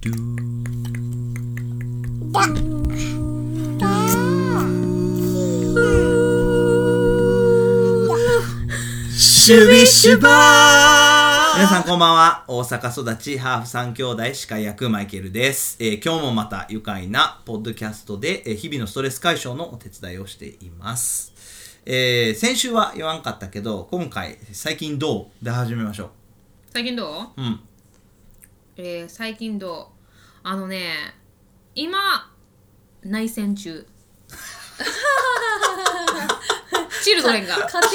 ドゥーだだシュビシュバー皆さんこんばんは。大阪育ち、ハーフ三兄弟、司会役マイケルです、えー今日もまた愉快なポッドキャストで、えー日々のストレス解消のお手伝いをしています。えー先週は言わんかったけど、今回、最近どうで始めましょ最近どうう。うん。 えー、最近どうあのね今内戦中 チルドレンが家庭の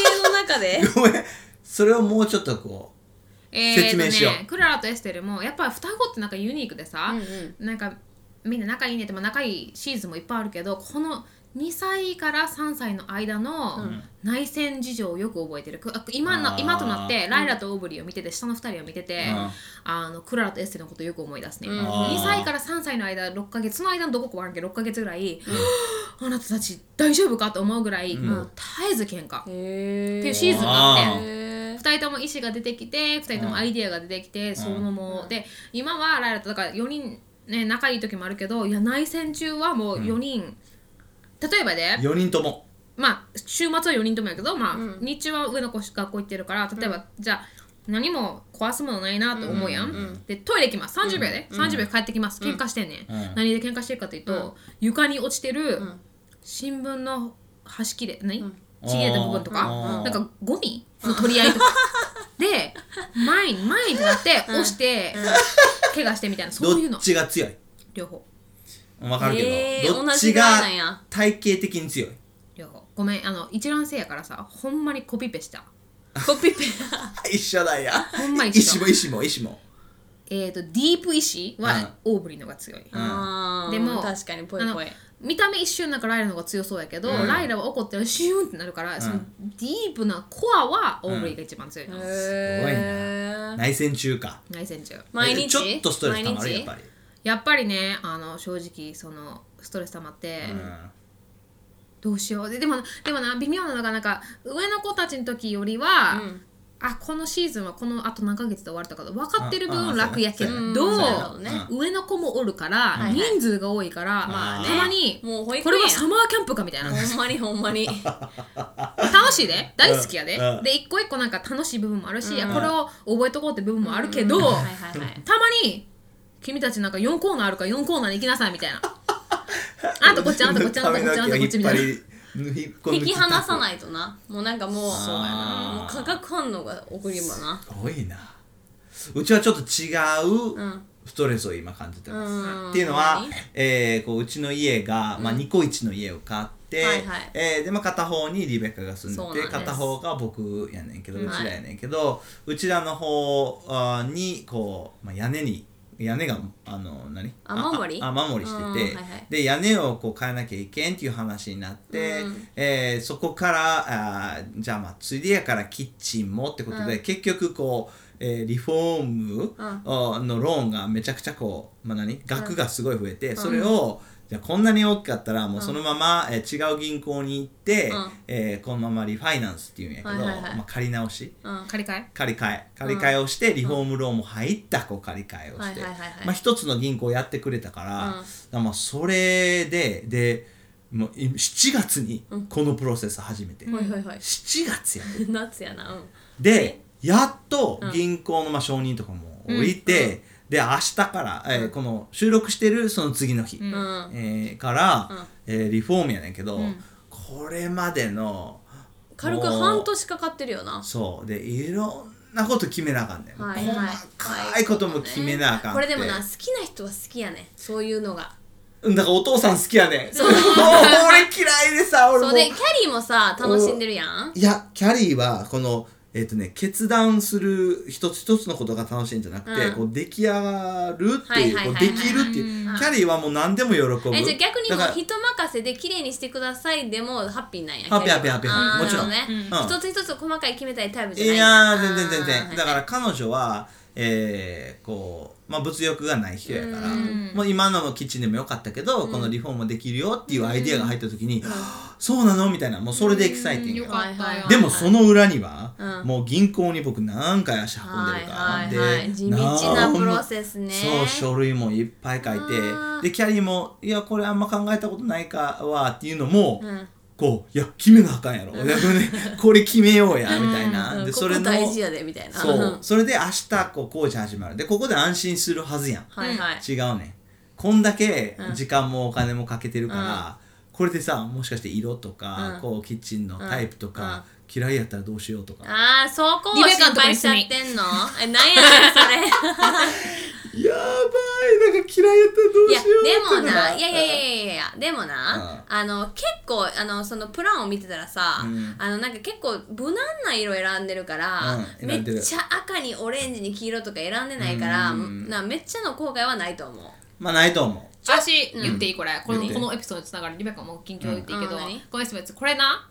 中でごめん。それをもうちょっとこえ説明しようーとね、クララとエステルもやっぱり双子ってなんかユニークでさ、なんかみんな仲いいねって、まあ、仲いいシーズンもいっぱいあるけどこの2歳から3歳の間の内戦事情をよく覚えてる、くあ今あのー今となってライラとオーブリーを見てて下の2人を見てて、うんあのクララとエステルのことをよく思い出すね、うんあー2歳から3歳の間6ヶ月その間のどこかわからんけど6ヶ月ぐらい、あなたたち大丈夫かと思うぐらい、もう絶えず喧嘩っへていうシーズンがあって。あーへ2人とも意思が出てきて2人ともアイディアが出てきて、そのもうで今はライラとだから4人ね仲いい時もあるけどいや内戦中はもう4人、例えばう、ね4人とも。まあ週末は4人ともやけどまあ、日中は上の子学校行ってるから例えば、じゃあ何も壊すものないなと思うやん、でトイレ行きます30秒やで、30秒帰ってきます喧嘩してんね、うんん、何で喧嘩してるかというと、床に落ちてる新聞の端切れ何、ちぎれた部分とかあーなんかゴミの取り合いと かで前に前になって押して怪我してみたいなそういうどのっちが強い両方わかるへけーど、どっ同じちぐらいがなんや体型的に強い両方ごめんあの一卵性やからさほんまにコピペしたコピペ一緒だよ。ほんま一石 緒も石も石も。えっ、とディープ石はオーブリーのが強い、あーでも確かにぽいあのぽい見た目一瞬なんかライラの方が強そうやけど、うんライラは怒ったらシューンってなるから、そのディープなコアはオーブリーが一番強いの、へー内戦中か。内戦中毎日ちょっとストレスたまる毎や日っぱり、やっぱりねあの正直そのストレス溜まって、うんどうしようででもなでもな微妙なのがなんか上の子たちの時よりは、うんあこのシーズンはこのあと何ヶ月で終わるとか分かってるああ分楽やけそうやどうんそうやろうね上の子もおるから、いはい人数が多いから、まあねたまにもう保育これ園はやサマーキャンプかみたいなほんまにほんまに楽しいで大好きやで、うんうんで一個一個なんか楽しい部分もあるし、これを覚えとこうって部分もあるけど、はいはいはいたまに君たちなんか4コーナーあるから4コーナーに行きなさい みたいなあんたこっちあんたこっちあんたこっちあんたこっちみたいな引引き離さいないとなもうなんかもうそうやなもう化学反応が起こりばなすごいなうちはちょっと違ううんストレスを今感じてます、うんっていうのは何、えーこううちの家が、まあ、ニコイチの家を買って、はいはいえーでまあ、片方にリベカが住んでそうてなんです片方が僕やねんけどはいうちらやねんけど、うちらの方あーにこう、まあ、屋根に屋根があの何雨漏りああ雨漏りしてうて、んはいはいで屋根をこう変えなきゃいけんっていう話になって、うんえーそこからあーじゃあまあついでやからキッチンもってことで、結局こう、えーリフォームうんあのローンがめちゃくちゃこう、まあ、何額がすごい増えて、それをじゃあこんなに大きかったらもうそのまま、えー違う銀行に行って、うんえーこのままリファイナンスっていうんやけど、はいはいはいまあ、借り直し。うん借り換え借り換え借り換えをして、リフォームローンも入ったこう借り換えをしてはいはいはいはいまあ一つの銀行やってくれたから,、うんまあそれででもうい7月にこのプロセス始めて、ほいほいほい7月やで夏やなうんでやっと銀行のまあ承認とかも降りて、で明日から、えーこの収録してるその次の日、んうんえーから、うんえーリフォームやねんけど、これまでの軽くもう半年かかってるよなそうでいろんなこと決めなあかんねん、はい細はいかいことも決めなあかんこってれでもな好きな人は好きやねそういうのがうんだからお父さん好きやねんそう 俺嫌いでさ俺そもうでキャリーもさ楽しんでるやんいやキャリーはこのえっ、とね決断する一つ一つのことが楽しいんじゃなくて、うんこう出来上がるってはいいう、はいはいこうはいできるっていう、うんキャリーはもう何でも喜ぶえじゃあ逆にだもかうら人任せで綺麗にしてくださいでもハッピーなんやハッピーハッピーハッピーあもちろんなるほどねうん一つ一つ細かい決めたいタイプじいゃないやー全然全然、だらから彼女はえーこう、まあ、物欲がない人やから、うんもう今のキッチンでもよかったけど、このリフォームできるよっていうアイデアが入った時に、はぁそうなのみたいなもうそれでエキサイティングよやかったよでもその裏には、うんもう銀行に僕何回足運んでるか、はいはいはいで地道なプロセスねそう書類もいっぱい書いてあーでキャリーも「いやこれあんま考えたことないかわ」っていうのも、うんこう「いや決めなあかんやろ」いやこれねこれ決め ようや」みたいな、うんでこそれこの大事やでみたいなそんうそれで明日こう工事始まるでここで安心するはずやん、 はいはい違うねんこんだけうん時間もお金もかけてるから、これでさもしかして色とか、うんこうキッチンのタイプとうんうか、嫌いやったらどうしようとか、ああそこをリベ心カのとこ配にしちゃ住っみてんのえなんやねんそれ やばいなんか嫌いやったいやでもらどってないやいやいやいやいやでもなあの結構あのそのプランを見てたらさ、うんあのなんか結構無難な色選んでるから、うんめ選んでるっちゃ赤にオレンジに黄色とか選んでないから、うんなめっちゃの後悔はないと思うまあないと思う私言っていいこれこ言っのてこのエピソードにつながるリベカも近況言っていいけどうんあ何ごめんなさいこれな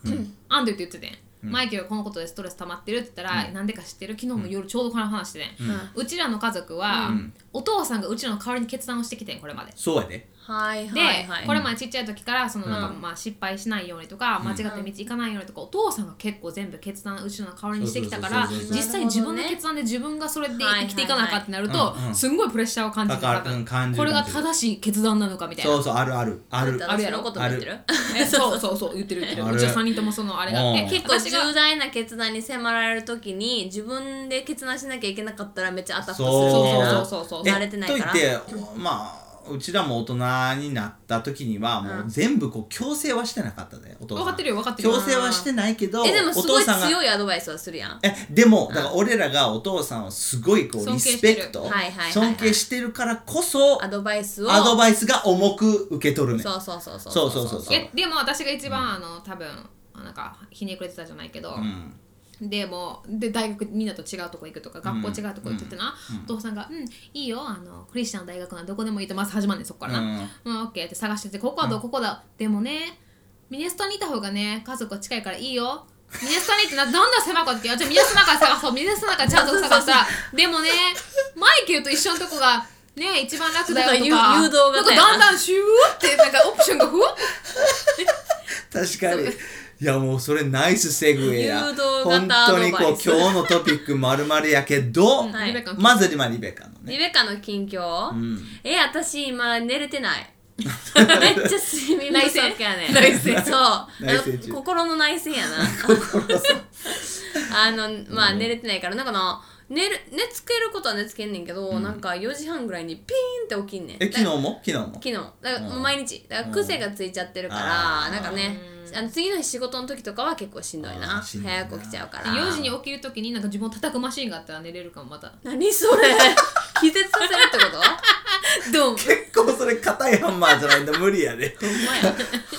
アンドゥって言っててんマイケルがこのことでストレス溜まってるって言ったらなんでか知ってる昨日も夜ちょうどこの話しててんうちらの家族はお父さんがうちらの代わりに決断をしてきてんこれまでそうやではいではいはいこれまでちっちゃい時からそのなんかうんまあ失敗しないようにとか間違った道行かないようにとかお父さんが結構全部決断うちらの代わりにしてきたからそうそうそうそう実際自分の決断で自分がそれで生きていかなあかんってなるはいとはいはいすんごいプレッシャーを感じるからかかるうん感じるこれが正しい決断なのかみたいなそうそうあるあるある私のことも言って ある えそうそうそう言ってる言ってあるれうちは3人ともそのあれがあっうんて結構私が重大な決断に迫られる時に自分で決断しなきゃいけなかったらめっちゃあたふたするみたいなそうそうそうそうそうえ慣れてないからと言ってまあうちらも大人になった時にはもう全部こう強制はしてなかったでお父さん分かってるよ分かってるよ強制はしてないけどえでもすごいお父さんが強いアドバイスをするやんえでもだから俺らがお父さんをすごいこう尊リ敬しスてるペクトはいはいはいはい尊敬してるからこそアドバイスをアドバイスが重く受け取るねんそうそうそうそうそうそうそうえでも私が一番あの多分なんかひねくれてたじゃないけど、うんでもで大学みんなと違うとこ行くとか学校違うとこ行くってな、お父さんが「うんいいよあのクリスチャンの大学のどこでもいい」ってまず始まんねんそっからなうん「うん、オッケーって探してて「ここはどうここだ」でもねミネストにいた方がね家族は近いからいいよ」ミネストにってなどんどん狭くなってきて「じゃあミネストの中探そうミネストの中ちゃんと探したらでもねマイケルと一緒のとこがね一番楽だよ」となんかか誘誘導がねなんかだんだんシューってなんかオプションがふわっ確かに。いやもうそれナイスセグウェイや誘導型本当にこアドうバイス今日のトピックまるまるやけど、はいリベカのまず今リベカのねリベカの近況、んえ私今寝れてない めっちゃ睡眠不足やね内戦そうあ内戦中の心の内戦やなあのまあ寝れてないからなんかな寝る寝つけることは寝つけんねんけど、なんか4時半ぐらいにピーンって起きんねんえ昨日も昨日も昨日だからもううん毎日だから癖がついちゃってるからあーなんかねあの次の日仕事の時とかは結構しんどいあなーしんどいな早く起きちゃうから4時に起きるときになんか自分を叩くマシーンがあったら寝れるかもまた何それ気絶させるってこと ドン結構それ硬いハンマーじゃないと無理や で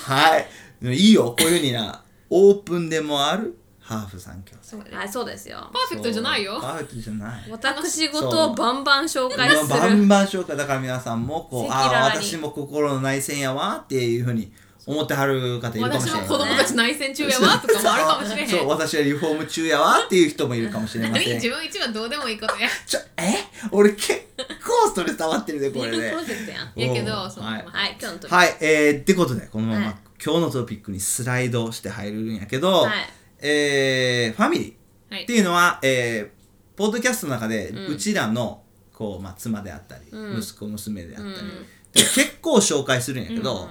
はいでもいいよこういうふうになオープンでもあるハーフ三兄弟そうだねはいそうですよパーフェクトじゃないよパーフェクトじゃない私事をバンバン紹介すバるンバン紹介だから皆さんもこう赤あ裸あ々に私も心の内戦やわっていうふうに思ってはる方いるかもし私れもない子供たち内戦中やわとかもあるかもしれへんそう私はリフォーム中やわっていう人もいるかもしれま何 せん自分一番どうでもいいことやちょえ俺結構それ伝わってるでこビッれグねプロセスやんおーやけどそのはいはい今日のトピックはいえー、ってことでこのまま、はい今日のトピックにスライドして入るんやけど、はいえーファミリはーいっていうのは、えーポッドキャストの中で、うちらのこう、まあ、妻であったり、うん息子娘であったうり、んで結構紹介するんやけど、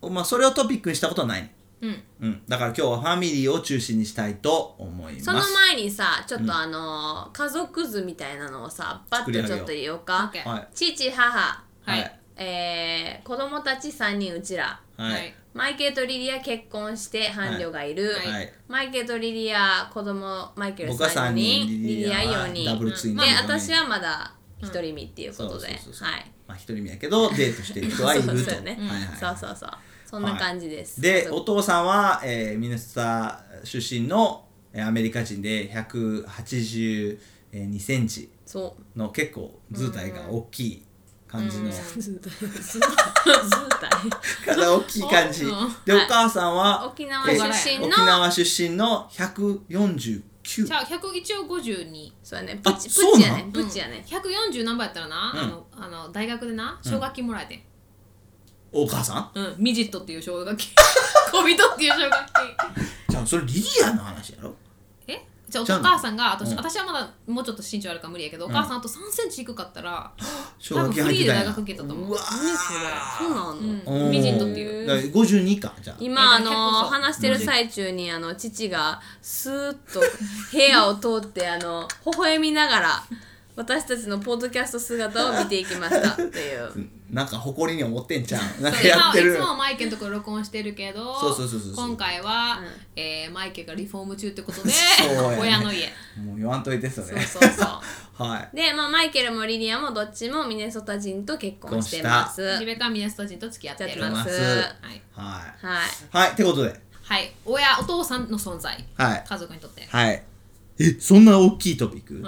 ほまあ、それをトピックにしたことはない、うんうん、だから今日はファミリーを中心にしたいと思いますその前にさちょっとあのー家族図みたいなのをさパッ作り上とげちようょっと言おうかオッケーはい父母はいえー子供たち3人うちらはいははいいマイケルとリリア結婚して伴侶がいる、はいはいマイケルとリリア子供マイケル僕は3 3人人リリア4人ダブルツインでだよね私はまだ独り身っていうことで、そうそうそうそうはいまあ、一人目や けどデートしてる人はいるとそうそうそうねはいはいそうそうそうそんな感じです、でそうお父さんは、えーミネソタ出身のえーアメリカ人で182センチその結構図体が大きい感じのう図体図体体大きい感じうんでおはい母さんは沖縄えー出身の沖縄出身の149 9じゃあ100一応52。そうやねプチプそうチやなんねプチやね、 140何倍やったらな、うんあのあの大学でな奨学金もらえてん、お母さんうんミジットっていう奨 学金小人っていう奨学金じゃあそれリリアの話やろえじゃあおちゃうの母さんが私,、うん私はまだもうちょっと身長あるから無理やけど、お母さんあと3センチ低かったら奨学金入ってたんや多分フリーで大学受けたと思ううわそうーなの、うんおーミジットっていうだから52かじゃあ今あいのやだから話してる最中にあの父がスーッと部屋を通ってあの微笑みながら私たちのポッドキャスト姿を見ていきましたっていうなんか誇りに思ってんじゃんなんかそうやっているつもはマイケのところ録音してるけどそうそうそうそうそう今回は、うんえーマイケがリフォーム中ってことで、そうやね親の家もう言わんといてそそれうそうそう はいで、まあ、マイケルもリリアもどっちもミネソタ人と結婚してますリベカ・ミネスト人と付き合って付るき合ってまますすはい、はいはいはいってことではい、親お父さんの存在はい家族にとって、はいえそんな大きいトピック、うん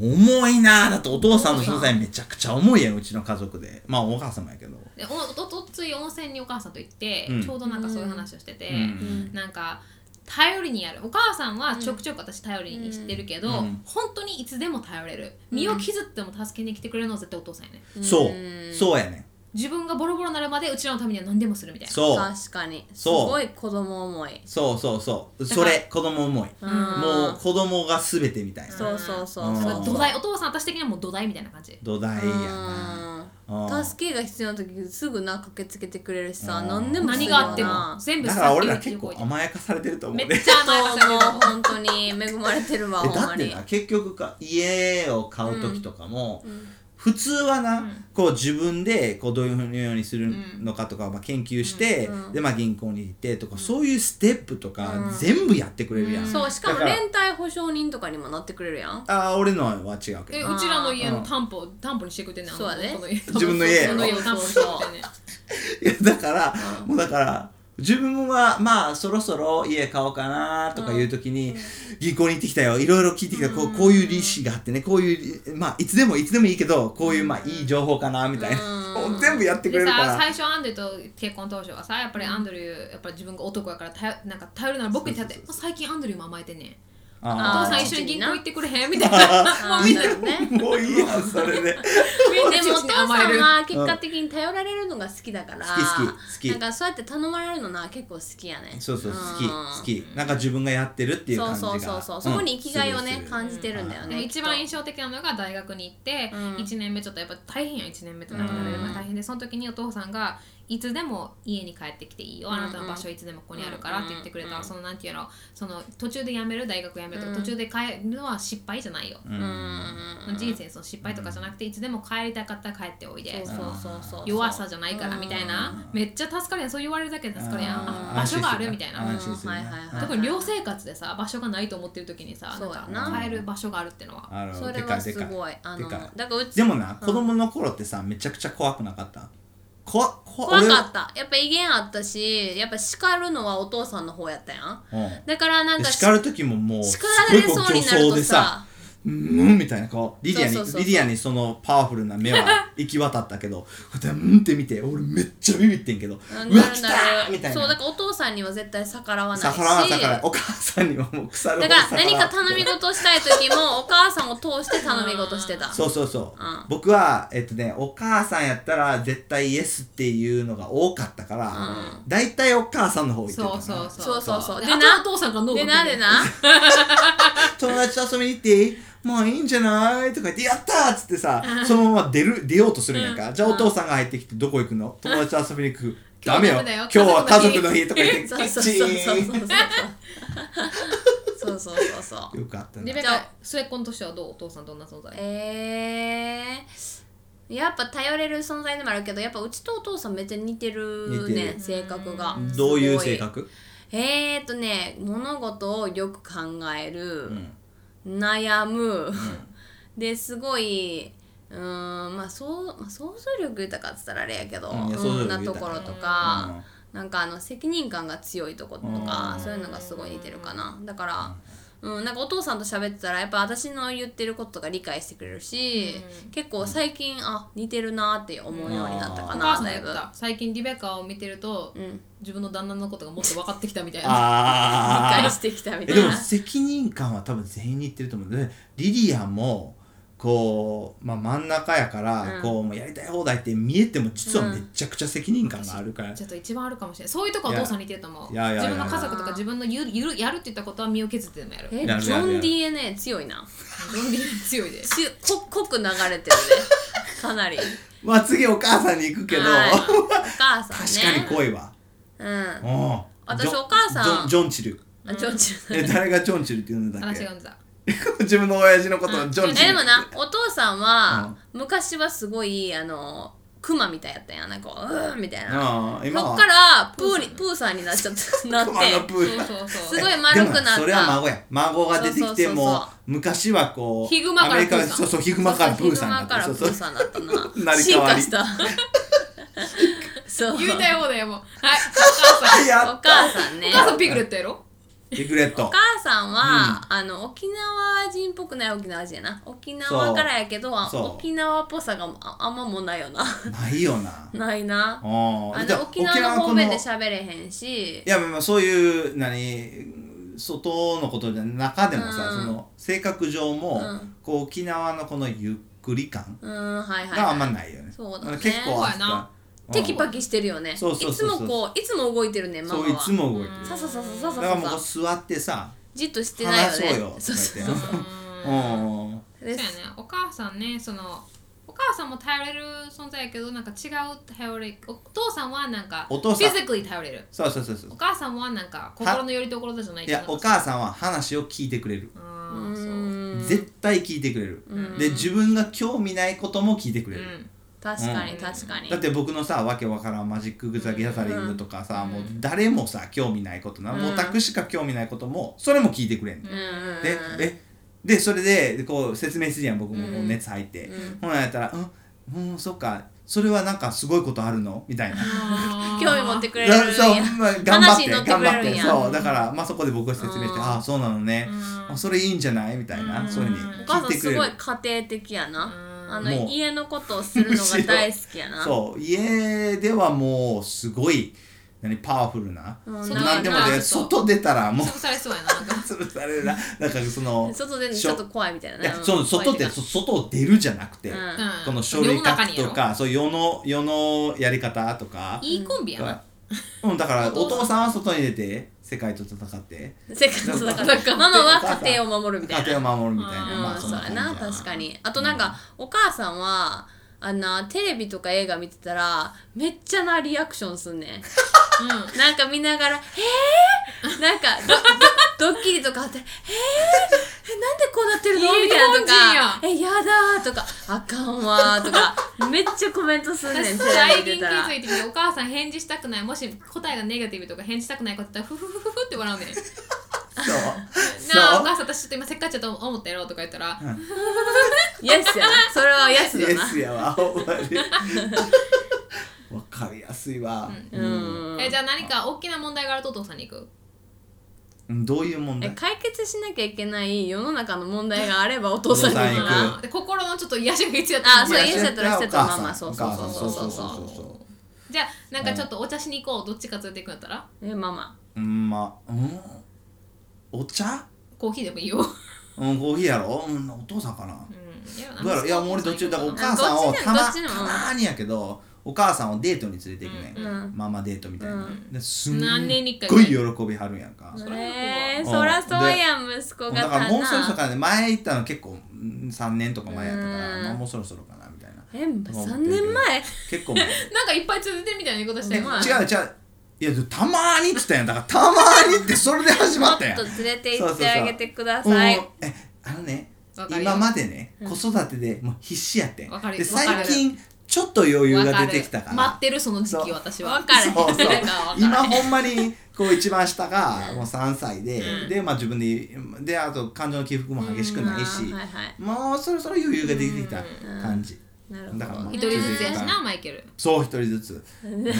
重いなあだってお父さんの存在めちゃくちゃ重いやんうちの家族でまあお母様やけどでおおとつい温泉にお母さんと行って、うんちょうどなんかそういう話をしてて、うんなんか頼りにやるお母さんはちょくちょく私頼りにしてるけど、うん本当にいつでも頼れる身を傷っても助けに来てくれるのは絶対お父さんやねそうそうやねん自分がボロボロになるまでうちらのためには何でもするみたいなそう確かにすそうごい子供思いそうそうそうだそかられ子供思いうんもう子供が全てみたいなそうそうそううんそだうから土台お父さん私的にはもう土台みたいな感じ土台やなうん助けが必要な時すぐな駆けつけてくれるしさうん何でもす何るがよあってもな全部ださからっき俺のら一結横構行っ甘やかされてると思めうっねちゃ甘やかされもるう 本当に恵まれてるわえほんだっまてにな結局か家を買う時とかも、普通はな、うんこう自分でこうどういうふうにようにするのかとか、まあ、研究して、うんうんでまあ、銀行に行ってとか、そういうステップとか、うん全部やってくれるやん、うんそうしかもだから連帯保証人とかにもなってくれるやんああ俺のは違うけえど んうちらの家うんの担保担保にしてくれてんねんあのそうだねこの家自分の家やころの家を担保にしてくれてんねんいやだから、もうだから自分はまあそろそろ家買おうかなとかいう時に、銀行に行ってきたよいろいろ聞いてきたこうこういう利子があってねこういうまあいつでもいつでもいいけどこういうまあいい情報かなみたいな、 うん全部やってくれるでからさ最初アンドリューと結婚当初はさやっぱりアンドリューやっぱり自分が男やから頼なんか頼るなら僕に頼ってそうもう最近アンドリューも甘えてんねんおあー父さん一緒に銀行行ってくれへんみたいなもうみんなあーなるほどね もういいやんそれでみ んなでもお父父にさん甘えるは結果的に頼られるのが好きだから好き好き好きなんかそうやって頼まれるのな結構好きやねそうそう好きん好きなんか自分がやってるっていうそ感うじがそうそうそうそこに生きがいをうんねする感じてるんだよでもね一番き印っ象的なのが大学に行って、うん一1年目ちょっとやっぱ大変や1年目ってなかなかやっぱ大変でその時にお父さんがいつでも家に帰ってきていいよ、うんうんあなたの場所いつでもここにあるからって言ってくれた、うんうんそのなんていうのその途中で辞める大学辞めるとか、うん途中で帰るのは失敗じゃないよ、うとうんん人生その失敗とかじゃなくていつでも帰りたかったら帰っておいで、そうそうそうそう弱さじゃないからみたいな、めっちゃ助かるやんそう言われるだけで助かるやん、うんあ場所があるみたいな、う安ん心するねはいはいはい特に寮生活でさ場所がないと思ってる時にさそうやななんか帰る場所があるってのはあのそれでかはいですかいごいあのでかいだからうちでもな子供の頃ってさめちゃくちゃ怖くなかった怖っ怖怖俺かったやっぱ威厳あったしやっぱ叱るのはお父さんの方やったやんうんだからなんでか叱る時ももう叱られすごいそうこになる競争とでささうんみたいな顔リリアにそうそうそうそうリリアにそのパワフルな目 は行き渡ったけどこうやってうんって見て俺めっちゃビビってんけどうなわるな来たーみたるいそうだなからお父さんには絶対逆らわないし逆らわな逆らわなお母さんにはもう腐るだほどから逆ら何わかな頼み事したい時もお母さんを通して頼み事してたそうそうそう、うん僕はえっとねお母さんやったら絶対イエスっていうのが多かったから、うだいたいお母さんの方行ってたなそうそうそうそうそうそうででななお父さんがノーでなで な友達と遊びに行っていいもういいんじゃないとか言って「やった!」っつってさそのまま出る出ようとするんやんか、じゃあお父さんが入ってきて「どこ行くの友達と遊びに行く」ダ今日メよダメだよ今日は家族の日とか言ってそうそうチそうそうーンそうそうそうそうそうよかったリねベじゃカあ末っ子としてはどうお父さんどんな存在えー、やっぱ頼れる存在でもあるけどやっぱうちとお父さんめっちゃ似てる似てねる性格がどういうすご性格えー、とね物事をよく考えるう、ん悩む、ですごいうーんまあそうまあ想像力豊かっつったらあれやけど、うんいやそ想像ん力なと豊かころとか、うんなんかあの責任感が強いとことか、うんそういうのがすごい似てるかなだから、うん、なんかお父さんと喋ってたらやっぱ私の言ってることとか理解してくれるし、うん結構最近あ似てるなって思うようになったかおな、母さんだがい言っぶ。た最近リベカを見てると、うん、自分の旦那のことがもっと分かってきたみたいな理解あしてきたみーえたでいもな。責任感は多分全員に言ってると思うんでリリアもこう、まあ、真ん中やから、うんこうもうやりたい放題って見えても実はめちゃくちゃ責任感があるから、ちょっと一番あるかもしれないそういうとこはお父さんに似てると思ういやいやいやいや自分の家族とか自分のゆるゆるやるって言ったことは身を削ってでもやる えやるやるやるジョン DNA 強いなゾンビ強いでちこ濃く流れてるねかなりまあ次お母さんに行くけど、はいお母さん確ねかに濃いわ、うんうん私ジョンお母さんジョンジョンチルあジョンチル え誰がジョンチルって言うんだっ私けが産んだ 自分の親父のことをジョンチル えでもなお父さんは、昔はすごいあのクマみたいやったんやなんかうーんみたいなうん今そはっからプーにプーさんプーさんになっちゃったなっ 熊てのプールそうそうそうすごい丸くなったでもそれは孫や孫が出てきてそうもそうそうそう昔はこうヒグマからアメリカプーさんそうそうヒグマからプーさんヒグマからプそうそうーさんだったな 成り代わり進化したそう言いたい放題 やもうはいお母さんおやっ母さんねお母さんピグレットやろリグレッおト母さんは、あの沖縄人っぽくない沖縄人やな沖縄からやけどあそう沖縄っぽさがああんまもうないよ なないよなないなああでの沖縄の方面でい喋れへんしやまあそういう何外のことじゃ中でもさ、うんその性格上も、うんこう沖縄のこのゆっくり感うんはいはい、があんまはないよね、そうだねから結構あった、そうやないうんテキパキしてるよねそうそうそうそういつもこういつも動いてるねママそはういつも動いてるうんささささささだからもうこさう座ってさじっとしてないよ話ねそうよとかそうそう言そうっうてうーんんうんでそうやねお母さんねそのお母さんも頼れる存在やけどなんか違う頼れお父さんはなんかお父さんフィジカルに頼れるそうそうそうそうお母さんはなんか心のより所じゃないいけどやお母さんは話を聞いてくれる、あうーそうーん絶対聞いてくれる、うんで自分が興味ないことも聞いてくれうる、ん確かに確かにだって僕のさわけわからんマジックグザギャザリングとかさ、うんもう誰もさ興味ないことな、うんもうオタクしか興味ないこともそれも聞いてくれんね、うんうんうんでえでそれでこう説明するやん僕もこう熱入って、うんほなやったら「うんうんそっかそれはなんかすごいことあるの?」みたいな。興味持ってくれるんだ そうや、まあ、頑張っ話てに乗って頑くれ張っるんてやそうだから、まあ、そこで僕が説明してう「んああそうなのね、うんあそれいいんじゃない?」みたいな、うんそういうふうにお母さ聞いんてくすれごいる家庭的やな、あのもう家のことをするのが大好きやなそう家ではもうすごい何パワフルな、うんそんなんでもなんでか外出たらもう潰されそうやななんか 潰されるななんかその外出るのちょっと怖いみたいないやうんそう外って怖いそ外を出るじゃなくて、いうかうんうんこの書類書く世との中にやかそう世の世のやり方とかろいいコンビやなうん、だから おお父さ父んさんは外に出て世界と戦ってせっかくだか らなんかママは家庭を守るみたいな家庭を守るみたいな、うんまうあん、そそうんなや感じな確かにあとなんか、お母さんはあんなテレビとか映画見てたらめっちゃなリアクションすんねんなんか見ながら「えー!」なんかドドドッキリとかあって「えー、えなんでこうなってるの?」いいみたいなと日本人やか「えやだ」とか「あかんわ」とかめっちゃコメントすんねん 私テレ最ビ見近気てたらづいてみてお母さん返事したくないもし答えがネガティブとか返事したくないことだったらフフフフフって笑うねんな そうあおそ母さん私ちょっと今せっかちだと思ったやろとか言ったら「イエスやなそれはイエスうだイエな」スやわ ほんまにわかりやすいわ、ううんんえじゃあ何か大きな問題があるとお父さんに行くうん、どういう問え題解決しなきゃいけない世の中の問題があればお父さんにお父さん行くに行なく。で心のちょっと癒しが必要あだそうい家やでやったらそしれてたらお母さんまあそうそうそうお母さんそうそうそうそうそうじゃあなんかちょっとお茶しに行こうどっちか連れて行くんだったらえママうんまあうんお茶コーヒーでもいいようんコーヒーやろ、うん、お父さんかな、うんいやどうやろいやもう俺どっちもだからお母さんどをっちでもたまどっちでもたまーにやけどお母さんをデートに連れていくね、うんうんママデートみたいな、うんですん何年に一回ごい喜びはるんやんか、そらえー、そうそらそうやん息子がだたからもうそろそなろかな前行ったの結構3年とか前やったから、うんまあ、もうそろそろかなみたいなえ三年前結構前なんかいっぱい続いてるみたいな言い方してえ違るまあう違ういやでもたまーにっつったやんだからたまーにってそれで始もまっったやんと連れて行ってあげてくだうんさいえあのねわかるよ今までね子育てでもう必死やってんわかるでわかる最近ちょっと余裕が出てきたから待ってるその時期そう私は分かるそうそうなんかわかる今ほんまにこう一番下がもう3歳で、うんでまあ自分でであと感情の起伏も激しくないし、うんはいはいもうそろそろ余裕が出てきた感じ、なるほだからまどあ一人ずつやしなマイケルそう一人 ずつ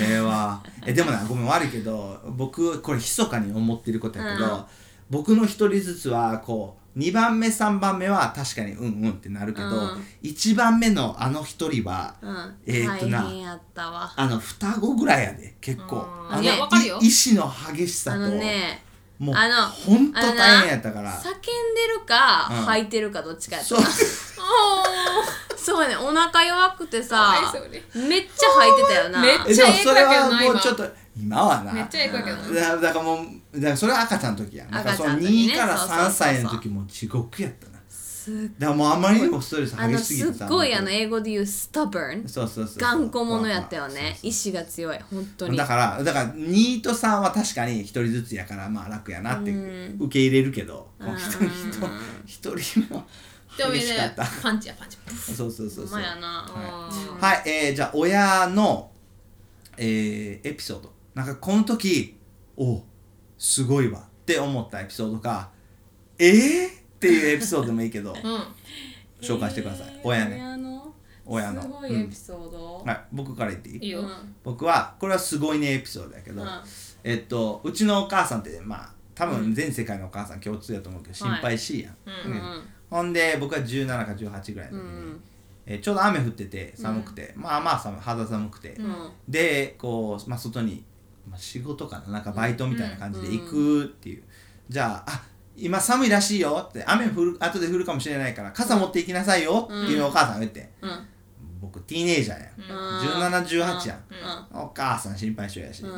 平和えでもなごめん悪いけど僕これ密かに思ってることやけど、僕の一人ずつはこう2番目3番目は確かにうんうんってなるけど、うん一1番目のあの一人はうん、えーっとな大変やったわあの双子ぐらいやで結構ああーのいやいわかるよ意志の激しさあとのねもうあのほんとあのな大変やったから叫んでるか、うん吐いてるかどっちかやったそうそうやねお腹弱くてかわいさそうにめっちゃ吐いてたよなめっえち でゃもええそれは声やけどもなうちょっと今はなめっちゃええ声やけどなだだからもうだからそれは赤ちゃんの時やなんかその赤ちゃんの時ね2からそうそうそうそう3歳の時も地獄やったなすだからもうあまりにもストレスあ激のしすぎすてさっごいあのもう英語で言う stubborn そうそうそうそう頑固者やったよねそう意志が強い本当そうにだからだから2と3は確かに1人ずつやからまあ楽やなってうん受け入れるけどうこんの一人一人一人もでも激しかっねたパンチやパンチそうそうほんそうそうまやなあーはい、えーじゃあ親の、えーエピソードなんかこの時おすごいわって思ったエピソードかえー、っていうエピソードでもい いけどうん紹介してください親ねの親のすごいエピソードはい、僕から言っていいいいよ、僕はこれはすごいねエピソードだけど、うんえっとうちのお母さんってまあ多分全世界のお母さん共通だと思うけど心はい配しいやん、うんねほんで僕は17か18ぐらいのうんう時に、んえーちょうど雨降ってて寒くて、まあまあ寒い肌寒くて、うんでこう、まあ、外に、まあ、仕事かななんかバイトみたいな感じで行くっていう、じゃああ今寒いらしいよって雨降る後で降るかもしれないから傘持って行きなさいよっていうお母さんが言って、うん僕ティーネイジャーやん、うん1718やん、うお母さん心配性やし、う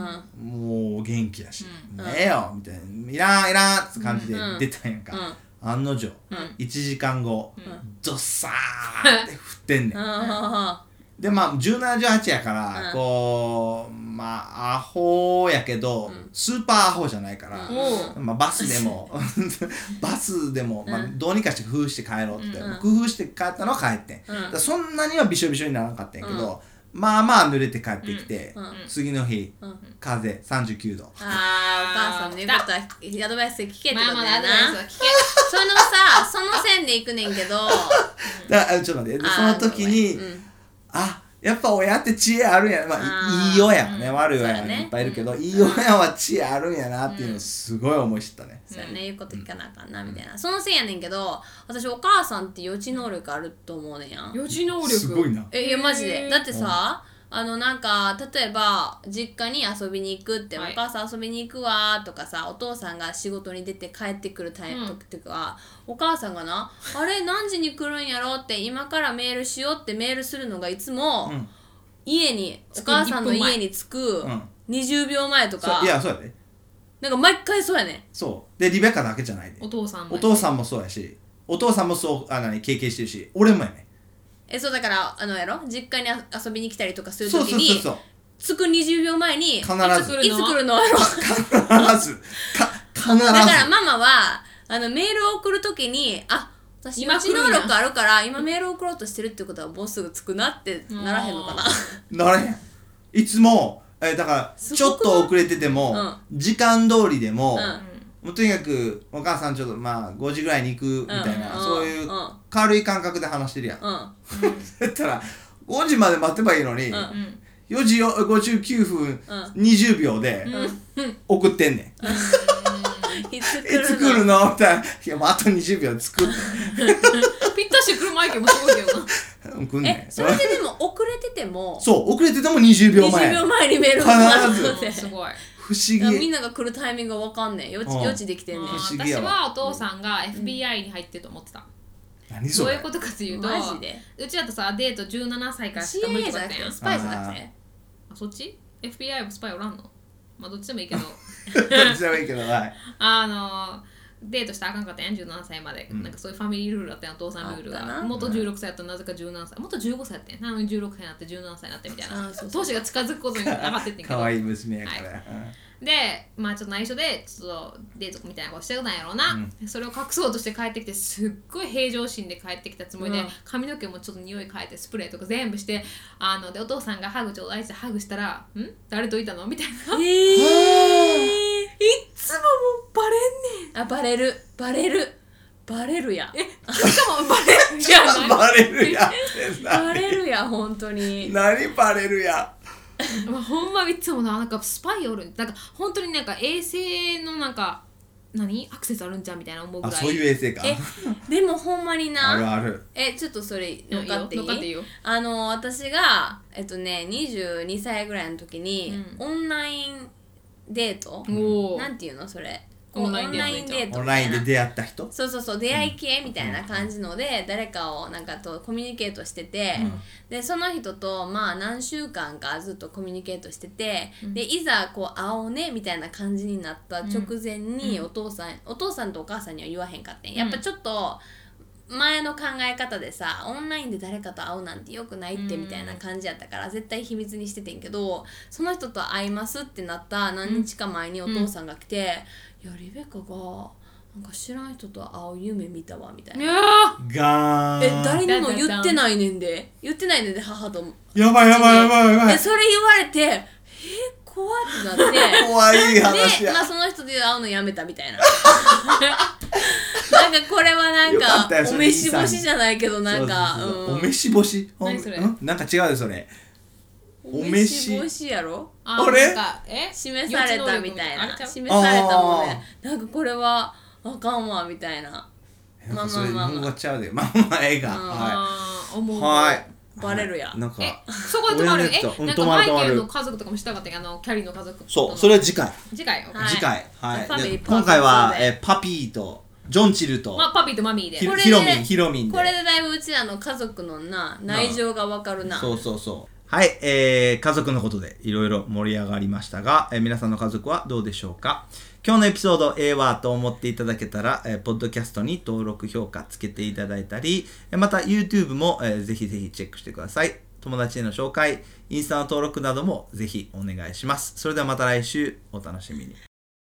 もう元気やし、もううええよみたいないらんいらんって感じでうん出たんやんか、ん案の定、ん1時間後、んドッサーって降ってんねんうんあでまあ1718やから、うんこうまあアホやけど、スーパーアホじゃないから、うんおうまあ、バスでも バスでも、まあ、どうにかして工夫して帰ろうって、うん工夫して帰ったのは帰ってん、うんだからそんなにはびしょびしょにならなかったんやけど、まあまあ濡れて帰ってきて、うんうん次の日、うん風39度、ーお母さんの言うことはアドバイスで聞けってことまあまだだよアドなバイスは聞けそのさその線で行くねんけどだからちょっと待ってでその時に、うんあやっぱ親って知恵あるんやまああーいいい親はね、うん悪い親そうはやねいっぱいいるけど、いい親は知恵あるんやなっていうのをすごい思い知ったね、そうやね、言うこと聞かなあかんなみたいな、そのせいやねんけど私お母さんって予知能力あると思うねんやん予知能力すごいなえいやマジへでーだってさあのなんか例えば実家に遊びに行くって、はいお母さん遊びに行くわとかさお父さんが仕事に出て帰ってくるタイうムん時とかは、お母さんがな「あれ何時に来るんやろ?」って今からメールしようってメールするのがいつも、うん家にお着く母さんの10分前家に着くうん20秒前とそか、ういやそうやでなんか毎回そうやねんそうでリベカだけじゃないでお父さんもお父さんもそうやしお父さんもそうあ何経験してるし俺もやねえそうだからあのやろ実家にあ遊びに来たりとかするそう時そうそうにそう着く20秒前に必ずいつ来るのやろ必ずか必ずだからママはあのメールを送るときにあ私今今予来知るんや能力あるから今メールを送ろうとしてるってことはもうすぐ着くなってならへんのかななれへんいつもえだからすごくないちょっと遅れてても、時間通りでも、うんもうとにかくお母さんちょっとまあ5時ぐらいに行くみたいな、うんそういううん軽い感覚で話してるやん、 うんだったら5時まで待てばいいのに、んうんうん4時よ59分うん20秒で送ってんねん。いつえ、来作るるののみたいな。 いや、もうあと20秒で作って。ぴったし車いけもすごいけどなうん来んねえん。それででも遅れててもそう、遅れてても20秒前。 20秒前にメールが来るの うんですごい不思だからみん議。なが来るタイミングがわかんねん予知うん予知できてんねん不思私議やわはお父さんが FBI に入ってると思ってた何そどういれうことかというとマジでうちだとさデート17歳からしか無理 CA とじゃかなくっててんスパイじゃなくてあそっち ?FBI もスパイおらんのまあどっちでもい いけどどっちでもいいけど、はい。あのデートしたらあかんかったやん17歳まで、んなんかそういうファミリールールだったやんお父さんルールあったなが元16歳やったらなぜか17歳元15歳やったんやなのに16歳になって17歳になってみたいあなそうそう当時が近づくことに上がってってんけど 可愛い娘やから。でまあちょっと内緒でちょっとデートみたいなことしてたんやろうな、それを隠そうとして帰ってきてすっごい平常心で帰ってきたつもりで、うん髪の毛もちょっと匂い変えてスプレーとか全部してあのでお父さんがハグちょうだいってハグしたら「ん誰といたの?」みたいないっへえつももうバレんねんあバレるバレるバレるやしかもバレんじゃうんないバレるやってバな。レる や本当に何バレるや。まあほんまいつもななんかスパイおるなんか本当になんか衛星のなんか何アクセスあるんじゃんみたいな思うぐあらいそういう衛生かえでもほんまにあるなあるえちょっとそれ乗乗っっかかっってていいいいよあの私がえっとね22歳ぐらいの時に、オンラインデート、おなんていうのそれオンラインデートオーオトンみラたイいンなで出会った人そうそうそう出会い系みたいな感じので、誰かをなんかとコミュニケートしてて、うんでその人とまあ何週間かずっとコミュニケートしてて、でいざこう会おうねみたいな感じになった直前にうんお父さん、お父さんとお母さんには言わへんかってんうんやっぱちょっと前の考え方でさオンラインで誰かと会うなんてよくないってうんみたいな感じやったから、絶対秘密にしててんけどその人と会いますってなった何日か前にお父さんが来て「いやリベカがなんか知らん人と会う夢見たわ」みたいな。いやーがーえ誰にも言ってないねんで言ってないねんで母ともやばいやばいやばいやばでいそれ言われてえ怖ってなって怖い話で、やまあ、その人で会うのやめたみたいななんかこれはなんよかかったよそおれ召し星じゃないけどなんかそうそうそううんお召し干し何それんなんか違うよそれお召しお召しやろああれなんかえ示されたみたいな予知能力みたいなあれちゃう示されたもんねなんかこれはあかんわみたいなまあまあまあまあそれ日本語がちゃうでまあまあええがうんはあー思いうはいバレるやんなんかえそこで止まる俺のやつだうえんなん止かまマる止まるイケルの家族とかもしたかったんやあのキャリーの家族そうそれは次回次回よ、はい次回はいファミリでーパーソン今回はそうでえパピーとジョンチルとまあパピーとマミーでひこれでヒロミンヒロミンでこれでだいぶうちらの家族のな内情がわかるなそうそうそう。はい、えー家族のことでいろいろ盛り上がりましたが、えー皆さんの家族はどうでしょうか今日のエピソード、ええわと思っていただけたら、えーポッドキャストに登録、評価つけていただいたり、えーまた YouTube も、えーぜひぜひチェックしてください。友達への紹介、インスタの登録などもぜひお願いします。それではまた来週お楽しみに。